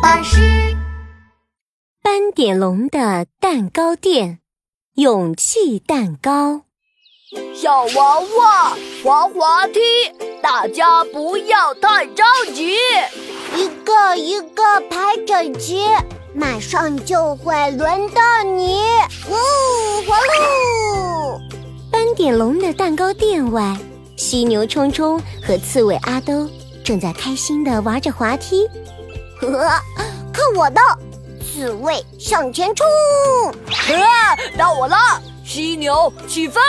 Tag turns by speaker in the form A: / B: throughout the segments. A: 巴士。
B: 斑点龙的蛋糕店，勇气蛋糕。
C: 小娃娃，滑滑梯，大家不要太着急。
A: 一个一个排整齐，马上就会轮到你。呜、哦，滑喽！
B: 斑点龙的蛋糕店外，犀牛冲冲和刺猬阿兜正在开心地玩着滑梯。
A: 呵呵，看我的！刺猬向前冲！
C: 啊，到我了！犀牛起飞！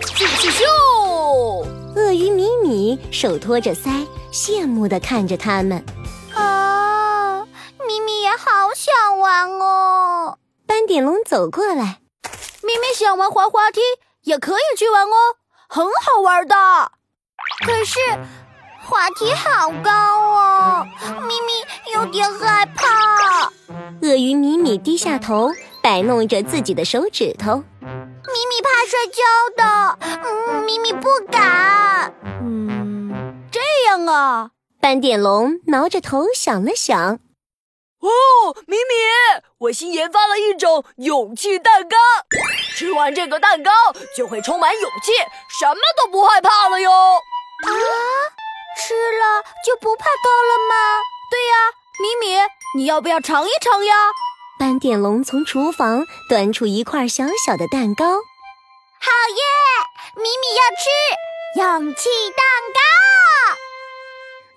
C: 咻咻咻！
B: 鳄鱼米米手托着腮，羡慕地看着他们。
A: 啊，咪咪也好想玩哦！
B: 斑点龙走过来，
C: 咪咪想玩滑滑梯，也可以去玩哦，很好玩的。
A: 可是。滑梯好高哦，咪咪有点害怕。
B: 鳄鱼米米低下头，摆弄着自己的手指头。
A: 咪咪怕摔跤的，嗯，咪咪不敢。
C: 嗯，这样啊。
B: 斑点龙挠着头想了想，
C: 哦，米米，我新研发了一种勇气蛋糕，吃完这个蛋糕就会充满勇气，什么都不害怕了哟。
A: 啊！吃了就不怕高了吗？
C: 对呀，米米，你要不要尝一尝呀？
B: 斑点龙从厨房端出一块小小的蛋糕，
A: 好耶！米米要吃勇气蛋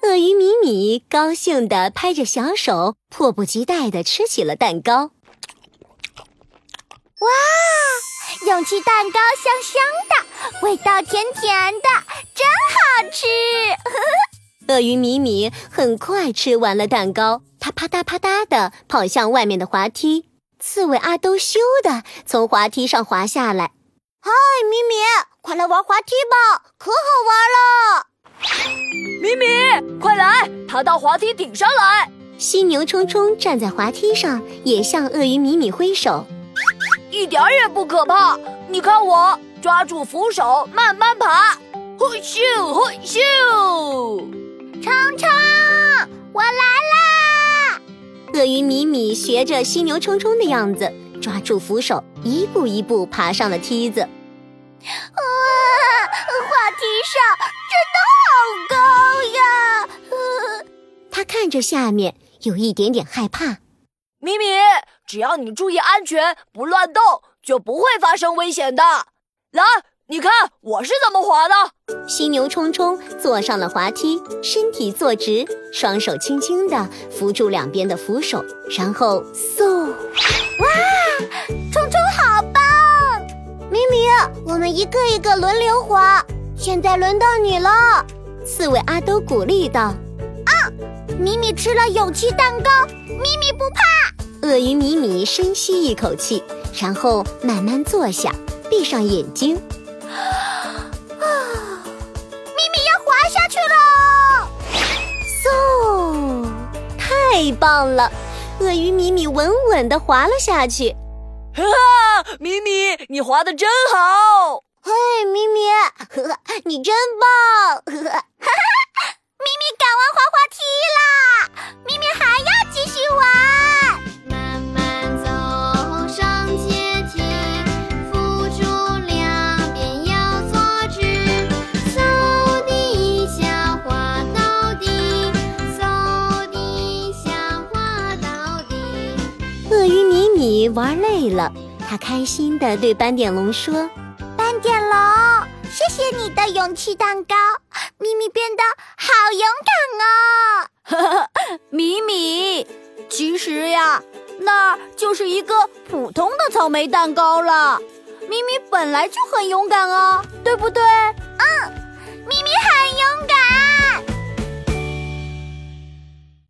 B: 糕。鳄鱼米米高兴地拍着小手，迫不及待地吃起了蛋糕。
A: 哇，勇气蛋糕香香的，味道甜甜的，真好吃。
B: 鳄鱼米米很快吃完了蛋糕，它啪嗒啪嗒地跑向外面的滑梯。刺猬阿兜咻地从滑梯上滑下来。
A: 嗨，米米，快来玩滑梯吧，可好玩了！
C: 米米，快来，爬到滑梯顶上来。
B: 犀牛冲冲站在滑梯上，也向鳄鱼米米挥手。
C: 一点也不可怕，你看我抓住扶手，慢慢爬。嘿咻嘿咻，
A: 冲冲，我来啦！
B: 鳄鱼米米学着犀牛冲冲的样子，抓住扶手，一步一步爬上了梯子。
A: 哇，滑梯上真的好高呀！
B: 呃、他看着下面，有一点点害怕。
C: 米米，只要你注意安全，不乱动，就不会发生危险的。来。你看我是怎么滑的？啊
B: 犀牛冲冲坐上了滑梯，身体坐直，双手轻轻地扶住两边的扶手，然后嗖！
A: 哇，冲冲好棒！米米，我们一个一个轮流滑，现在轮到你了。
B: 刺猬阿兜鼓励道：“
A: 啊，米米吃了勇气蛋糕，米米不怕。”
B: 鳄鱼米米深吸一口气，然后慢慢坐下，闭上眼睛。
A: 下去喽！
B: 嗖、so,，太棒了！鳄鱼米米稳稳地滑了下去。
C: 哈哈，米米，你滑的真好！
A: 嘿，米米，呵呵，你真棒！呵呵，哈哈，米米敢玩滑滑梯啦！米米还要继续玩。
D: 慢慢走上阶梯，扶住两边要坐直。
B: 鳄鱼米米玩累了，他开心地对斑点龙说：“
A: 斑点龙，谢谢你的勇气蛋糕，米米变得好勇
C: 敢哦！”米米，其实呀，那就是一个普通的草莓蛋糕了。米哦米本来就很勇敢啊，对不对？
A: 嗯，米米很勇敢。